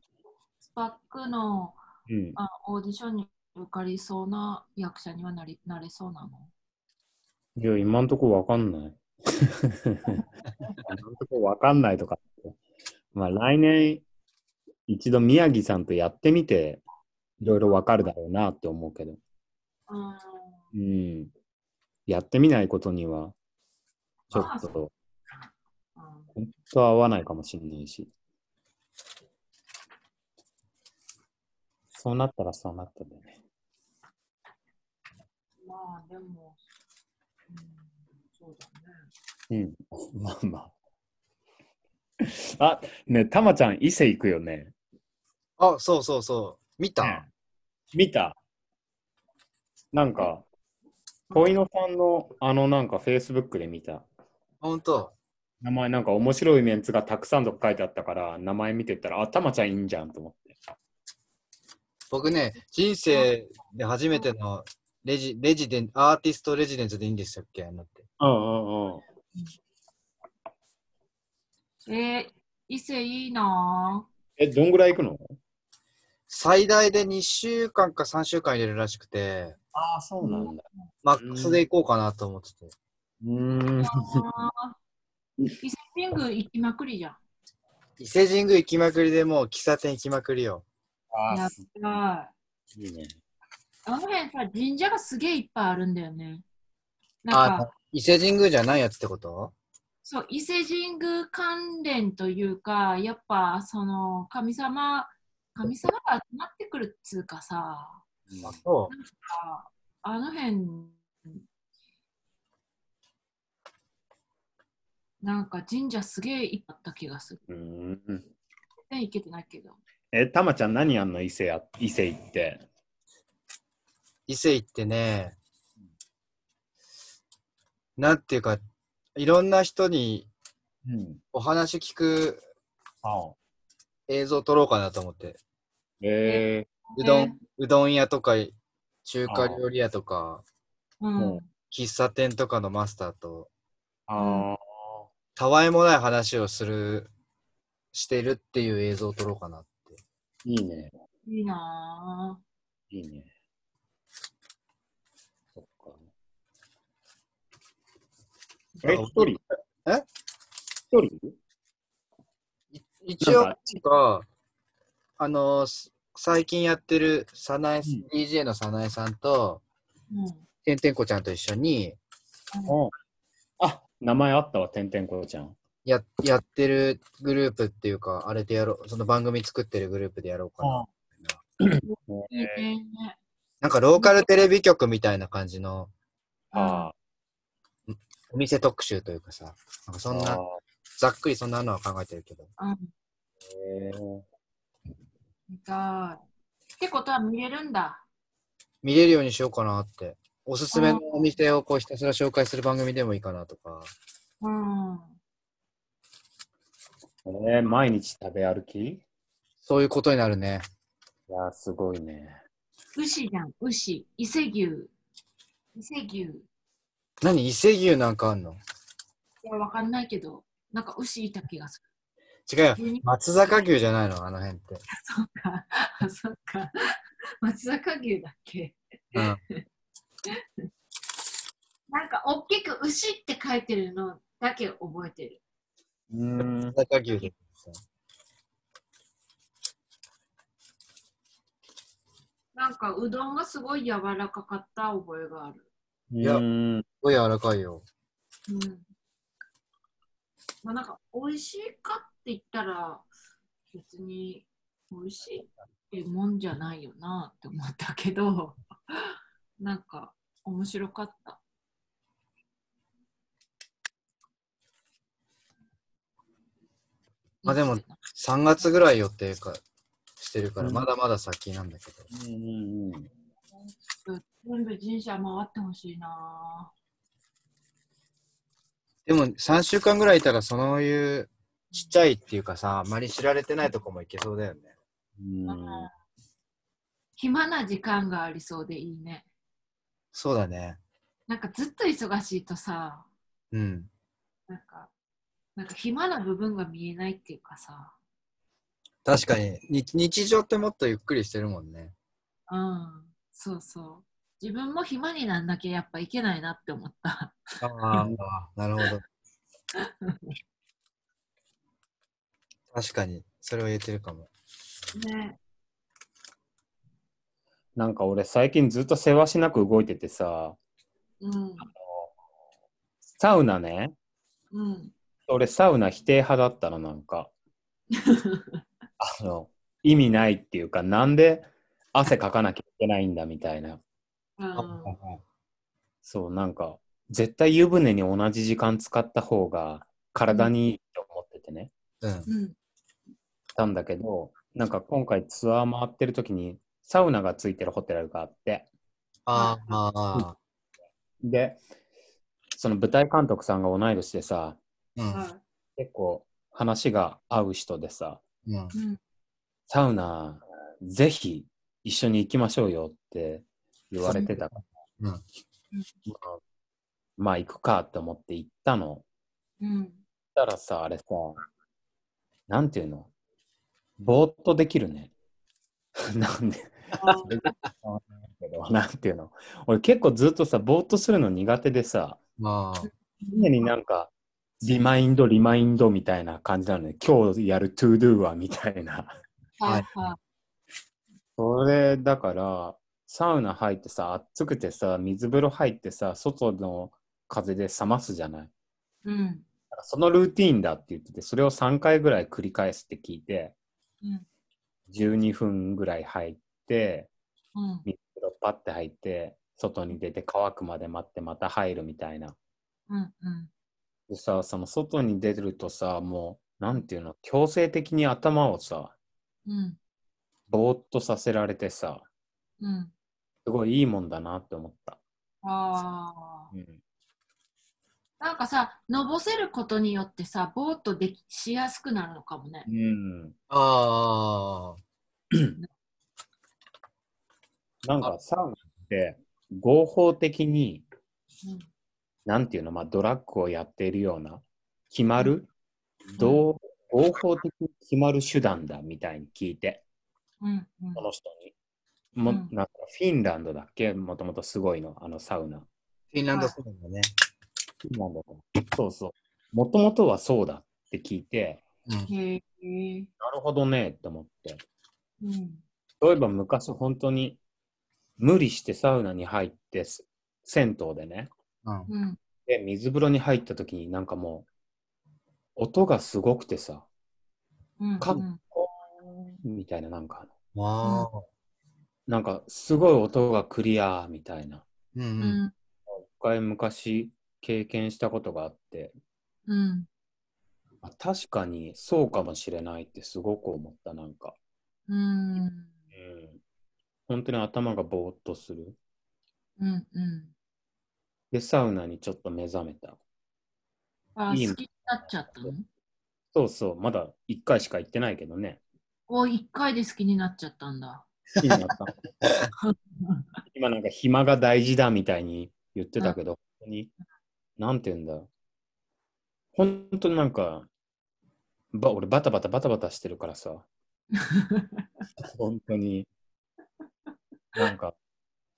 [SPEAKER 1] スパックの
[SPEAKER 3] うん、
[SPEAKER 1] あオーディションに受かりそうな役者にはなりなれそうなの
[SPEAKER 3] いや、今んとこわかんない。今んとこわかんないとかって。まあ、来年、一度宮城さんとやってみて、いろいろわかるだろうなって思うけど。
[SPEAKER 1] うん
[SPEAKER 3] うん。やってみないことには、ちょ
[SPEAKER 1] あ
[SPEAKER 3] っ
[SPEAKER 1] そ
[SPEAKER 3] と、
[SPEAKER 1] うん
[SPEAKER 3] 本当は合わないかもしれないし。そうなったらそうなったでね。
[SPEAKER 1] まあでも、うん、そうだね。
[SPEAKER 3] うん。まあまあ。あ、ねたまちゃん、伊勢行くよね。
[SPEAKER 2] あ、そうそうそう。見た、
[SPEAKER 3] ね見たなんか、小井野さんの、あの、なんか、フェイスブックで見た。
[SPEAKER 2] ほんと。
[SPEAKER 3] 名前、なんか、面白いメンツがたくさんとか書いてあったから、名前見てったら、あ、たまちゃんいいんじゃんと思って。
[SPEAKER 2] 僕ね、人生で初めてのレジ、レジデン、アーティストレジデントでいいんでしたっけあのって。
[SPEAKER 3] うんうんうん。
[SPEAKER 1] えー、伊勢いいな
[SPEAKER 3] え、どんぐらい行くの
[SPEAKER 2] 最大で2週間か3週間入れるらしくて、
[SPEAKER 3] ああ、そう
[SPEAKER 1] なん
[SPEAKER 3] だ。
[SPEAKER 2] マックスで行こうかなと思ってて。
[SPEAKER 3] うーん。
[SPEAKER 1] あ。伊勢神宮行きまくりじゃん。
[SPEAKER 2] 伊勢神宮行きまくりでもう喫茶店行きまくりよ。
[SPEAKER 3] あ
[SPEAKER 1] や
[SPEAKER 3] あ
[SPEAKER 1] っ、ぱ
[SPEAKER 3] いいね。
[SPEAKER 1] あの辺さ、神社がすげえいっぱいあるんだよね。なん
[SPEAKER 2] あ
[SPEAKER 1] か、、
[SPEAKER 2] 伊勢神宮じゃないやつってこと
[SPEAKER 1] そう、伊勢神宮関連というか、やっぱ、その、神様、神様が集まってくるっつうかさ、
[SPEAKER 2] あ、そ
[SPEAKER 1] ああの辺、なんか神社すげえいっぱいあった気がする。
[SPEAKER 3] うん。
[SPEAKER 1] 全然行けてないけど。
[SPEAKER 3] え、たまちゃん、何やんの伊勢や、伊勢行って。
[SPEAKER 2] 伊勢行ってね、なんていうか、いろんな人に
[SPEAKER 3] うん。
[SPEAKER 2] お話聞く
[SPEAKER 3] あ
[SPEAKER 2] 映像撮ろうかなと思って。
[SPEAKER 3] え
[SPEAKER 2] うどん、
[SPEAKER 1] ね
[SPEAKER 2] うどん屋とか、中華料理屋とか、
[SPEAKER 1] うん。
[SPEAKER 2] 喫茶店とかのマスターと、
[SPEAKER 3] ー、ああ。
[SPEAKER 2] たわいもない話をする、してるっていう映像を撮ろうかなって。
[SPEAKER 3] いいね。
[SPEAKER 1] いいなぁ。
[SPEAKER 3] いいね。そっか。え、
[SPEAKER 2] なん
[SPEAKER 3] 一
[SPEAKER 2] か
[SPEAKER 3] 人
[SPEAKER 2] え
[SPEAKER 3] 一人
[SPEAKER 2] い一応、
[SPEAKER 3] な
[SPEAKER 2] なんんか、あのーす最近やってる、さなえ、DJ のさなえさんと、
[SPEAKER 1] うん。
[SPEAKER 2] てんてんこちゃんと一緒に
[SPEAKER 3] うんあ、名前あったわ、てんてんこちゃん。
[SPEAKER 2] や、やってるグループっていうか、あれでやろう、その番組作ってるグループでやろうかな。
[SPEAKER 1] いいね。
[SPEAKER 2] なんか、ローカルテレビ局みたいな感じの、
[SPEAKER 3] あ
[SPEAKER 2] お店特集というかさ、なんかそん
[SPEAKER 3] あ
[SPEAKER 2] な、ざっくりそんなのは考えてるけど。
[SPEAKER 1] うん。
[SPEAKER 3] ー。
[SPEAKER 1] 見たい。ってことは見れるんだ。
[SPEAKER 2] 見れるようにしようかなって。おすすめのお店をこうひたすら紹介する番組でもいいかなとか。
[SPEAKER 1] うん。
[SPEAKER 3] えー毎日食べ歩きい
[SPEAKER 2] そういうことになるね。
[SPEAKER 3] やー、すごいね。
[SPEAKER 1] 牛じゃん、牛。伊勢牛。伊勢牛。い
[SPEAKER 2] 何伊勢牛なんかあんの
[SPEAKER 1] や、わかんないけど、なんか牛いた気がする。
[SPEAKER 2] 違うよ。
[SPEAKER 1] 牛肉
[SPEAKER 2] 松坂牛じゃないのあの辺って。
[SPEAKER 1] そっか。 あそっか。松坂牛だっけ
[SPEAKER 2] うん。
[SPEAKER 1] なんか、大きく牛って書いてるのだけ覚えてる。
[SPEAKER 3] うん。
[SPEAKER 2] 松坂牛で。
[SPEAKER 1] なんか、うどんがすごい柔らかかった覚えがある。
[SPEAKER 3] い
[SPEAKER 2] や
[SPEAKER 3] うん。
[SPEAKER 2] すごい柔らかいよ。
[SPEAKER 1] うん。まあ、なんか、美味しいかって言ったら、別に美味しいってもんじゃないよなって思ったけど、 なんか、面白かった。
[SPEAKER 2] まあでも3月ぐらい予定かしてるから、
[SPEAKER 3] うん
[SPEAKER 2] まだまだ先なんだけど。
[SPEAKER 3] うんうん
[SPEAKER 1] 全部人生回ってほしいな
[SPEAKER 2] でも3週間ぐらいいたらそういうちっちゃいっていうかさ、あまり知られてないとこも行けそうだよね。
[SPEAKER 3] う
[SPEAKER 1] ぁ、
[SPEAKER 3] ん
[SPEAKER 1] 暇な時間がありそうでいいね。
[SPEAKER 2] そうだね。
[SPEAKER 1] なんかずっと忙しいとさ、
[SPEAKER 2] うん。
[SPEAKER 1] なんか、なんか暇な部分が見えないっていうかさ、
[SPEAKER 2] 確かに日、日常ってもっとゆっくりしてるもんね。
[SPEAKER 1] うん、そうそう。自分も暇になんなきゃやっぱいけないなって思った。
[SPEAKER 2] ああ、なるほど。確かに、それは言えてるかも。
[SPEAKER 1] ね。
[SPEAKER 3] なんか俺最近ずっと世話しなく動いててさ、
[SPEAKER 1] うん。
[SPEAKER 3] サウナね。
[SPEAKER 1] うん。
[SPEAKER 3] 俺サウナ否定派だったのなんか。あの、意味ないっていうか、なんで汗かかなきゃいけないんだみたいな。
[SPEAKER 1] うん
[SPEAKER 3] そう、なんか、絶対湯船に同じ時間使った方が体にいいと思っててね。
[SPEAKER 2] うん。
[SPEAKER 1] うん。
[SPEAKER 3] たんだけど、なんか今回ツアー回ってる時に、サウナがついてるホテルがあって、
[SPEAKER 2] あーあ
[SPEAKER 3] で、その舞台監督さんが同い年でさ、
[SPEAKER 2] ー、
[SPEAKER 1] は
[SPEAKER 3] 結構話が合う人でさ、
[SPEAKER 2] うん。うん。
[SPEAKER 1] いうん。
[SPEAKER 3] サウナ、ぜひ一緒に行きましょうよって言われてたから、
[SPEAKER 2] うん
[SPEAKER 3] まあまあ行くかって思って行ったの。
[SPEAKER 1] うん。
[SPEAKER 3] 行ったらさ、あれさ、なんていうのぼーっとできるね。 なんで
[SPEAKER 1] あー
[SPEAKER 3] けど、なんていうの俺結構ずっとさ、ぼーっとするの苦手でさ、
[SPEAKER 2] まあ、
[SPEAKER 3] 常になんか、リマインド、リマインドみたいな感じなのね。今日やるトゥードゥはみたいな。
[SPEAKER 1] はいは
[SPEAKER 3] それだから、サウナ入ってさ、暑くてさ、水風呂入ってさ、外の風で冷ますじゃない。
[SPEAKER 1] い。うん。
[SPEAKER 3] そのルーティーンだって言ってて、それを3回ぐらい繰り返すって聞いて、
[SPEAKER 1] うん。
[SPEAKER 3] 12分ぐらい入って、
[SPEAKER 1] うん。
[SPEAKER 3] 水風呂パッて入って、外に出て乾くまで待ってまた入るみたいな。
[SPEAKER 1] うん。うん。
[SPEAKER 3] でさ、その外に出るとさ、もう、なんていうの、強制的に頭をさ、
[SPEAKER 1] うん。
[SPEAKER 3] ぼーっとさせられてさ、
[SPEAKER 1] うん。
[SPEAKER 3] すごいいいもんだなって思った。
[SPEAKER 1] ああ。
[SPEAKER 3] うん、
[SPEAKER 1] なんかさ、のぼせることによってさ、ぼーっとできしやすくなるのかもね。
[SPEAKER 3] うん、
[SPEAKER 2] あ
[SPEAKER 3] なんかサウナって合法的に、
[SPEAKER 1] うん。
[SPEAKER 3] なんていうの、まあ、ドラッグをやっているような、決まる、どう合法的に決まる手段だみたいに聞いて、
[SPEAKER 1] うん。うん
[SPEAKER 3] この人に。も
[SPEAKER 1] うん
[SPEAKER 3] なんかフィンランドだっけもともとすごいの、あのサウナ。
[SPEAKER 2] ー、フィンランドそうなんだね。
[SPEAKER 3] フィンランドかそうそう。もともとはそうだって聞いて、
[SPEAKER 2] うん。
[SPEAKER 1] へえ。
[SPEAKER 3] なるほどねって思って。
[SPEAKER 1] うん。
[SPEAKER 3] そういえば昔本当に無理してサウナに入って、す銭湯でね、
[SPEAKER 2] うん。
[SPEAKER 1] うん。
[SPEAKER 3] で水風呂に入った時になんかもう、音がすごくてさ、
[SPEAKER 1] うん。
[SPEAKER 3] か
[SPEAKER 1] うん
[SPEAKER 3] みたいななんか、
[SPEAKER 2] まあ、
[SPEAKER 3] なんかすごい音がクリアーみたいな。
[SPEAKER 2] うんう。
[SPEAKER 1] うんん。
[SPEAKER 3] 一回昔経験したことがあって、
[SPEAKER 1] うん。
[SPEAKER 3] あ確かにそうかもしれないってすごく思った、なんか。
[SPEAKER 1] うん。
[SPEAKER 3] うん本当に頭がぼーっとする。
[SPEAKER 1] うんうん。
[SPEAKER 3] で、サウナにちょっと目覚めた。
[SPEAKER 1] あ、好
[SPEAKER 3] い
[SPEAKER 1] き
[SPEAKER 3] いの
[SPEAKER 1] になっちゃったの
[SPEAKER 3] そうそう、まだ1回しか行ってないけどね。
[SPEAKER 1] お、一回で好きになっちゃったんだ。
[SPEAKER 3] 好きになった 今なんか暇が大事だみたいに言ってたけど、本当に、なんて言うんだ。本当になんか、ば俺バタバタバタバタしてるから さ、本当に、なんか、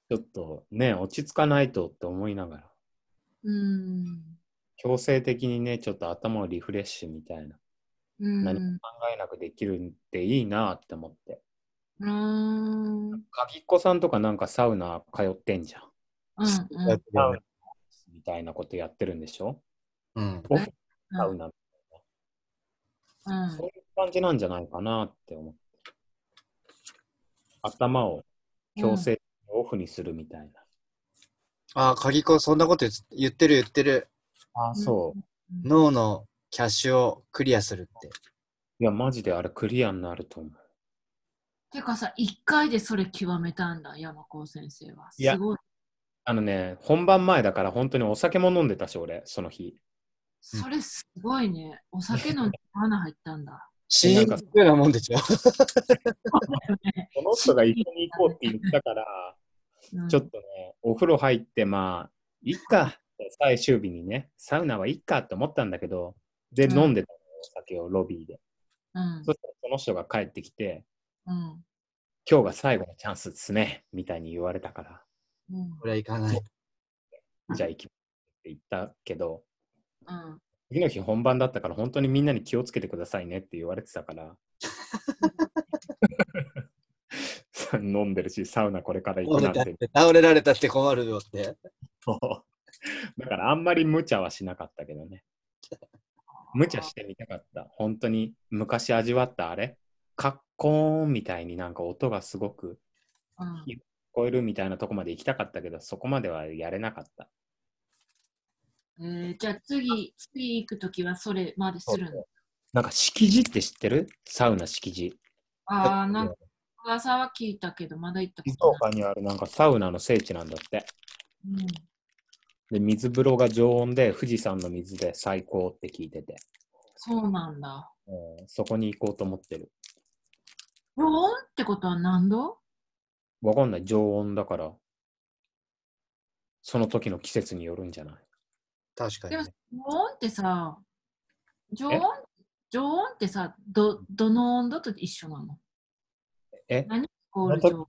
[SPEAKER 3] ちょっとね、落ち着かないとって思いながら、
[SPEAKER 1] うん。
[SPEAKER 3] 強制的にね、ちょっと頭をリフレッシュみたいな、
[SPEAKER 1] うん。
[SPEAKER 3] 何
[SPEAKER 1] う
[SPEAKER 3] 考えなくできるんでいいなって思って。
[SPEAKER 1] ーん。うん。
[SPEAKER 3] 鍵っ子さんとかなんかサウナ通ってんじゃん。
[SPEAKER 1] うん
[SPEAKER 3] サウナみたいなことやってるんでしょ
[SPEAKER 2] うん。
[SPEAKER 3] お
[SPEAKER 1] え
[SPEAKER 3] サウ
[SPEAKER 1] う
[SPEAKER 3] ナ
[SPEAKER 1] ん
[SPEAKER 3] そういう感じなんじゃないかなって思って。頭を強制オフにするみたいな。
[SPEAKER 2] あー、鍵子、そんなこと言って言ってる言ってる。
[SPEAKER 3] ああ、そう。
[SPEAKER 2] 脳のキャッシュをクリアするって。
[SPEAKER 3] いや、マジであれクリアになると思う。
[SPEAKER 1] てかさ、一回でそれ極めたんだ、山高先生は。
[SPEAKER 3] いや
[SPEAKER 1] すごい。
[SPEAKER 3] あのね、本番前だから本当にお酒も飲んでたし、俺、その日。
[SPEAKER 1] それすごいね。お酒の穴入ったんだ。
[SPEAKER 2] 死因みたいなもんでしょ。
[SPEAKER 3] この人が一緒に行こうって言ったから、
[SPEAKER 1] うん
[SPEAKER 3] ちょっとね、お風呂入って、まあ、いっかって最終日にね、サウナはいっかって思ったんだけど、で、
[SPEAKER 1] うん
[SPEAKER 3] 飲んでたのよお酒をロビーで。
[SPEAKER 1] うん
[SPEAKER 3] そしたらその人が帰ってきて、
[SPEAKER 1] うん
[SPEAKER 3] 今日が最後のチャンスですね、みたいに言われたから。
[SPEAKER 1] うん
[SPEAKER 2] これはいかない。
[SPEAKER 3] じゃあ行きますって言ったけど、
[SPEAKER 1] うん
[SPEAKER 3] 次の日本番だったから、本当にみんなに気をつけてくださいねって言われてたから。飲んでるし、サウナこれから行
[SPEAKER 2] 倒れ
[SPEAKER 3] くなん。
[SPEAKER 2] たってて、倒れられたって困るよって。
[SPEAKER 3] そうだからあんまり無茶はしなかったけどね。無茶してみたかった。本当に昔味わったあれ、カッコーンみたいになんか音がすごく
[SPEAKER 1] うん
[SPEAKER 3] 聞こえるみたいなとこまで行きたかったけど、そこまではやれなかった。
[SPEAKER 1] えーじゃあ次、次行くときはそれまでするんだ。
[SPEAKER 3] なんか敷地って知ってるサウナ敷地。
[SPEAKER 1] ああ、なんか噂は聞いたけど、まだ行った
[SPEAKER 3] 静
[SPEAKER 1] こと
[SPEAKER 3] 岡にあるなんかサウナの聖地なんだって。
[SPEAKER 1] ない。
[SPEAKER 3] で、水風呂が常温で富士山の水で最高って聞いてて、
[SPEAKER 1] そうなんだ。
[SPEAKER 3] うんそこに行こうと思ってる。
[SPEAKER 1] ローンってことは何度
[SPEAKER 3] わかんない、常温だから、その時の季節によるんじゃない
[SPEAKER 2] 確かに
[SPEAKER 1] でも
[SPEAKER 2] ね。
[SPEAKER 1] 常温ってさ、常
[SPEAKER 3] え
[SPEAKER 1] 温常温ってさ、どどの温度と一緒なの
[SPEAKER 3] え
[SPEAKER 1] 何イコ
[SPEAKER 3] そ
[SPEAKER 1] ール
[SPEAKER 3] の時
[SPEAKER 1] 常
[SPEAKER 3] の
[SPEAKER 1] 温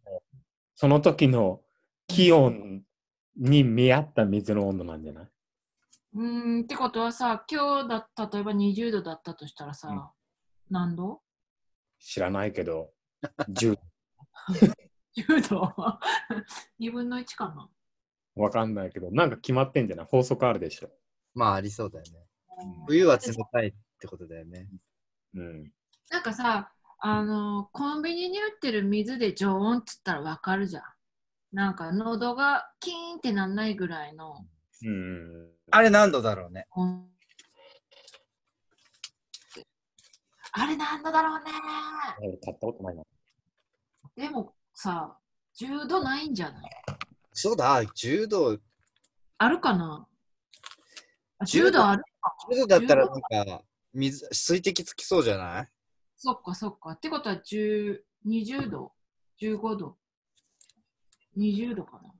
[SPEAKER 3] その時の気温に見合った水の温度なんじゃないう
[SPEAKER 1] ーんってことはさ、今日だ例えば20度だったとしたらさ、
[SPEAKER 3] うん
[SPEAKER 1] 何度
[SPEAKER 3] 知らないけど、10
[SPEAKER 1] ?10 度 ?2 分の1かな
[SPEAKER 3] わかんないけど、なんか決まってんじゃない法則あるでしょ。
[SPEAKER 2] まあ、ありそうだよね。冬は冷たいってことだよね。
[SPEAKER 3] うん。
[SPEAKER 1] なんかさ、あのコンビニに売ってる水で常温っつったらわかるじゃん。なんか喉がキーンってなんないぐらいの
[SPEAKER 3] うん。
[SPEAKER 2] あれ何度だろうね。
[SPEAKER 1] 温。あれなんだだろうね
[SPEAKER 3] 俺買ったことないな。
[SPEAKER 1] でもさ、10度ないんじゃない
[SPEAKER 2] そうだ、10度、10
[SPEAKER 1] あるかなあ ?10 度ある
[SPEAKER 2] 度だったらなんか、水、水滴つきそうじゃない
[SPEAKER 1] そっかそっか。ってことは10 20度 ?15 度 ?20 度かな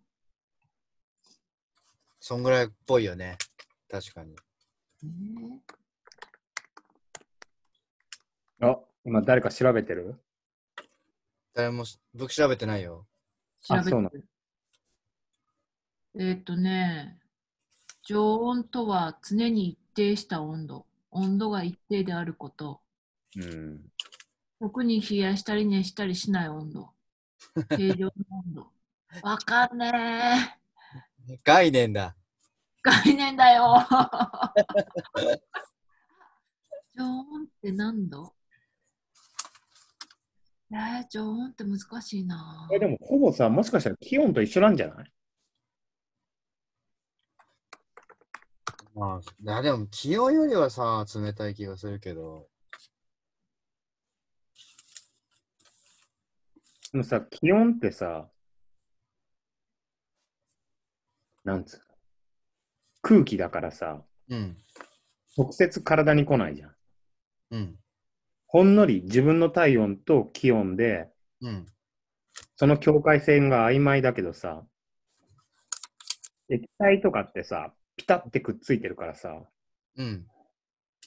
[SPEAKER 2] そんぐらいっぽいよね。確かに。
[SPEAKER 1] ね
[SPEAKER 3] あ、今誰か調べてる
[SPEAKER 2] 誰もし、僕調べてないよ。
[SPEAKER 1] 調べ
[SPEAKER 3] あ
[SPEAKER 1] て
[SPEAKER 3] そうな
[SPEAKER 1] えーっ、とね、常温とは常に一定した温度、温度が一定であること、
[SPEAKER 3] うん。
[SPEAKER 1] 特に冷やしたり熱したりしない温度、平常の温 度。わかんねえ、
[SPEAKER 2] 概念だ。
[SPEAKER 1] 概念だ よ。常温って何度えー、常温って難しいな。
[SPEAKER 3] え、でもほぼさ、もしかしたら気温と一緒なんじゃない
[SPEAKER 2] まあ、いやでも気温よりはさ、冷たい気がするけど。
[SPEAKER 3] でもさ、気温ってさ、なんつうの空気だからさ、
[SPEAKER 2] うん。
[SPEAKER 3] 直接体に来ないじゃん。
[SPEAKER 2] うん。
[SPEAKER 3] ほんのり自分の体温と気温で、
[SPEAKER 2] うん。
[SPEAKER 3] その境界線が曖昧だけどさ、液体とかってさ、ピタってくっついてるからさ、
[SPEAKER 2] うん。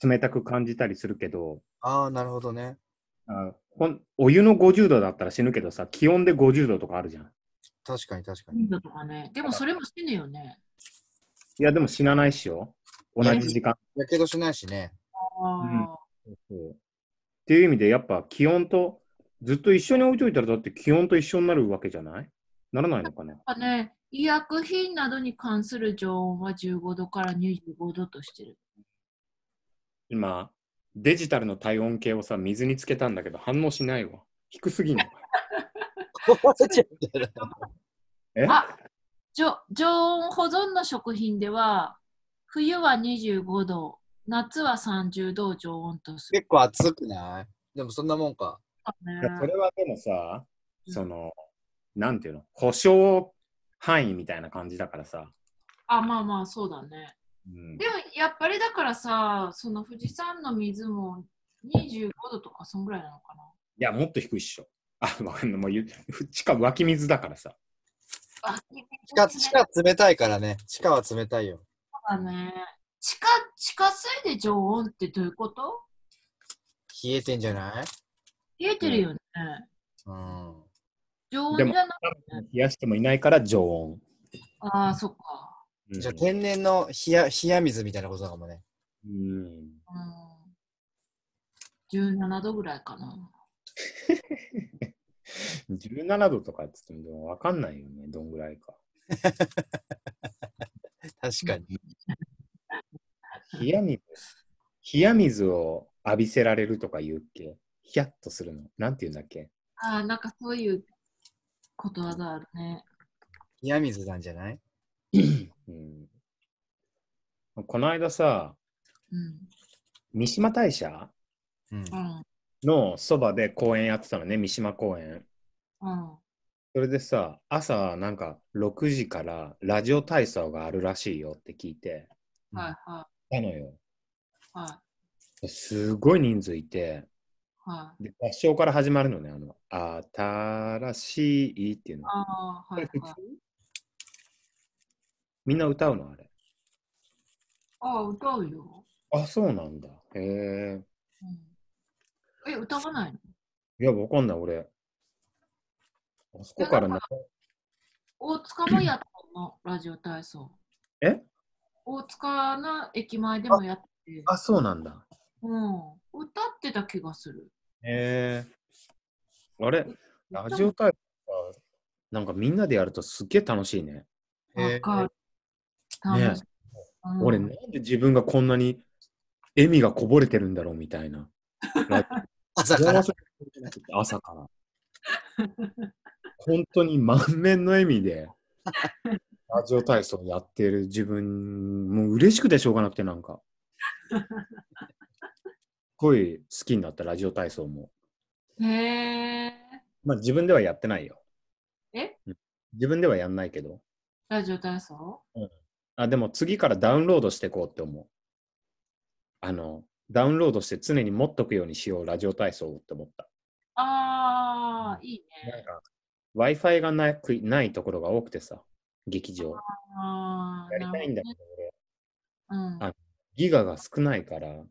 [SPEAKER 3] 冷たく感じたりするけど、
[SPEAKER 2] ああ、なるほどね。
[SPEAKER 3] あほんお湯の50度だったら死ぬけどさ、気温で50度とかあるじゃん。
[SPEAKER 2] 確かに確かに。
[SPEAKER 1] 温度とかね。でもそれも死ぬよね。
[SPEAKER 3] いや、でも死なないっしよ。同じ時間。
[SPEAKER 2] やけどしないし ね。
[SPEAKER 1] ああ、
[SPEAKER 3] そうっていう意味で、やっぱ気温と、ずっと一緒に置いといたら、だって気温と一緒になるわけじゃないならないのかね。
[SPEAKER 1] やっぱね、医薬品などに関する常温は15度から25度としてる。
[SPEAKER 3] 今、デジタルの体温計をさ、水につけたんだけど、反応しないわ。低すぎんの。
[SPEAKER 2] 壊れちゃってる。
[SPEAKER 3] え
[SPEAKER 1] あじょ常温保存の食品では、冬は25度、夏は30度を常温とする
[SPEAKER 2] 結。構熱くないでもそんなもんか。
[SPEAKER 3] いやそ
[SPEAKER 1] ね
[SPEAKER 3] れはでもさ、
[SPEAKER 1] うん
[SPEAKER 3] その、なんていうの、保証範囲みたいな感じだからさ。
[SPEAKER 1] あ、まあまあ、そうだね。
[SPEAKER 3] うん
[SPEAKER 1] で、もやっぱりだからさ、その富士山の水も25度とかそんぐらいなのか
[SPEAKER 3] いや、もっと低いっしょ。あ、わかんない。もう 言う、地下湧き水だからさ。
[SPEAKER 1] な。あ、
[SPEAKER 2] 地下、地下冷たいからね。地下は冷たいよ。
[SPEAKER 1] だね。地下、地下水で常温ってどういうこと
[SPEAKER 2] 冷えてんじゃない
[SPEAKER 1] 冷えてるよね。
[SPEAKER 2] うん。
[SPEAKER 1] 常温じゃない。
[SPEAKER 3] 冷やしてもいないから常温。
[SPEAKER 1] ああ、そっか。
[SPEAKER 3] うん
[SPEAKER 2] じゃあ天然の冷や、冷や水みたいなことかもね。
[SPEAKER 3] うん。
[SPEAKER 1] うん。17度ぐらいかな。
[SPEAKER 3] 17度とかっつっても分かんないよね、どんぐらいか。
[SPEAKER 2] 確かに。
[SPEAKER 3] 冷や水、冷や水を浴びせられるとか言うっけヒヤッとするの。なんて言うんだっけ
[SPEAKER 1] ああ、なんかそういうことわざあるね。
[SPEAKER 2] 冷や水なんじゃない
[SPEAKER 3] うん。この間さ、
[SPEAKER 1] うん。
[SPEAKER 3] 三島大社
[SPEAKER 2] うん。
[SPEAKER 1] うん。
[SPEAKER 3] のそばで公園やってたのね、三島公園。
[SPEAKER 1] うん。
[SPEAKER 3] それでさ、朝なんか6時からラジオ体操があるらしいよって聞いて、
[SPEAKER 1] はいは
[SPEAKER 3] たのよ。
[SPEAKER 1] い。はい
[SPEAKER 3] すごい人数いて、
[SPEAKER 1] はい。
[SPEAKER 3] で合唱から始まるのね、あの、新しいっていうの。
[SPEAKER 1] ああ、はいはい。
[SPEAKER 3] みんな歌うのあれ。
[SPEAKER 1] ああ、歌うよ。
[SPEAKER 3] あ、そうなんだ。へえ。
[SPEAKER 1] うん、え、歌わないの
[SPEAKER 3] いや、わかんない、俺。あそこからな。
[SPEAKER 1] 大塚もやったの、ラジオ体操。
[SPEAKER 3] え
[SPEAKER 1] 大塚の駅前でもやって、
[SPEAKER 3] あ、そうなんだ。
[SPEAKER 1] うん、歌ってた気がする。
[SPEAKER 3] へえ。あれ、ラジオ体操かなんかみんなでやるとすっげえ楽しいね。
[SPEAKER 1] わかる。
[SPEAKER 3] ね
[SPEAKER 1] 楽しいうん
[SPEAKER 3] 俺、なんで自分がこんなに笑みがこぼれてるんだろうみたいな。
[SPEAKER 2] 朝から。
[SPEAKER 3] 朝から。 本当に満面の笑みで、ラジオ体操やってる自分、もう嬉しくてしょうがなくて、なんか。すごい好きになった、ラジオ体操も。
[SPEAKER 1] へえ、
[SPEAKER 3] まあ自分ではやってないよ。
[SPEAKER 1] え
[SPEAKER 3] うん自分ではやんないけど。
[SPEAKER 1] ラジオ体操
[SPEAKER 3] あ、でも次からダウンロードしていこうって思う。あの、ダウンロードして常に持っとくようにしよう、ラジオ体操をって思った。
[SPEAKER 1] ああ、いい
[SPEAKER 3] なん
[SPEAKER 1] ね。
[SPEAKER 3] か、Wi-Fi がなくないところが多くてさ、劇場。
[SPEAKER 1] ああ、
[SPEAKER 3] やりたいんだけど、
[SPEAKER 1] な
[SPEAKER 3] 俺、
[SPEAKER 1] るほどね。うん。
[SPEAKER 3] あギガが少ないから、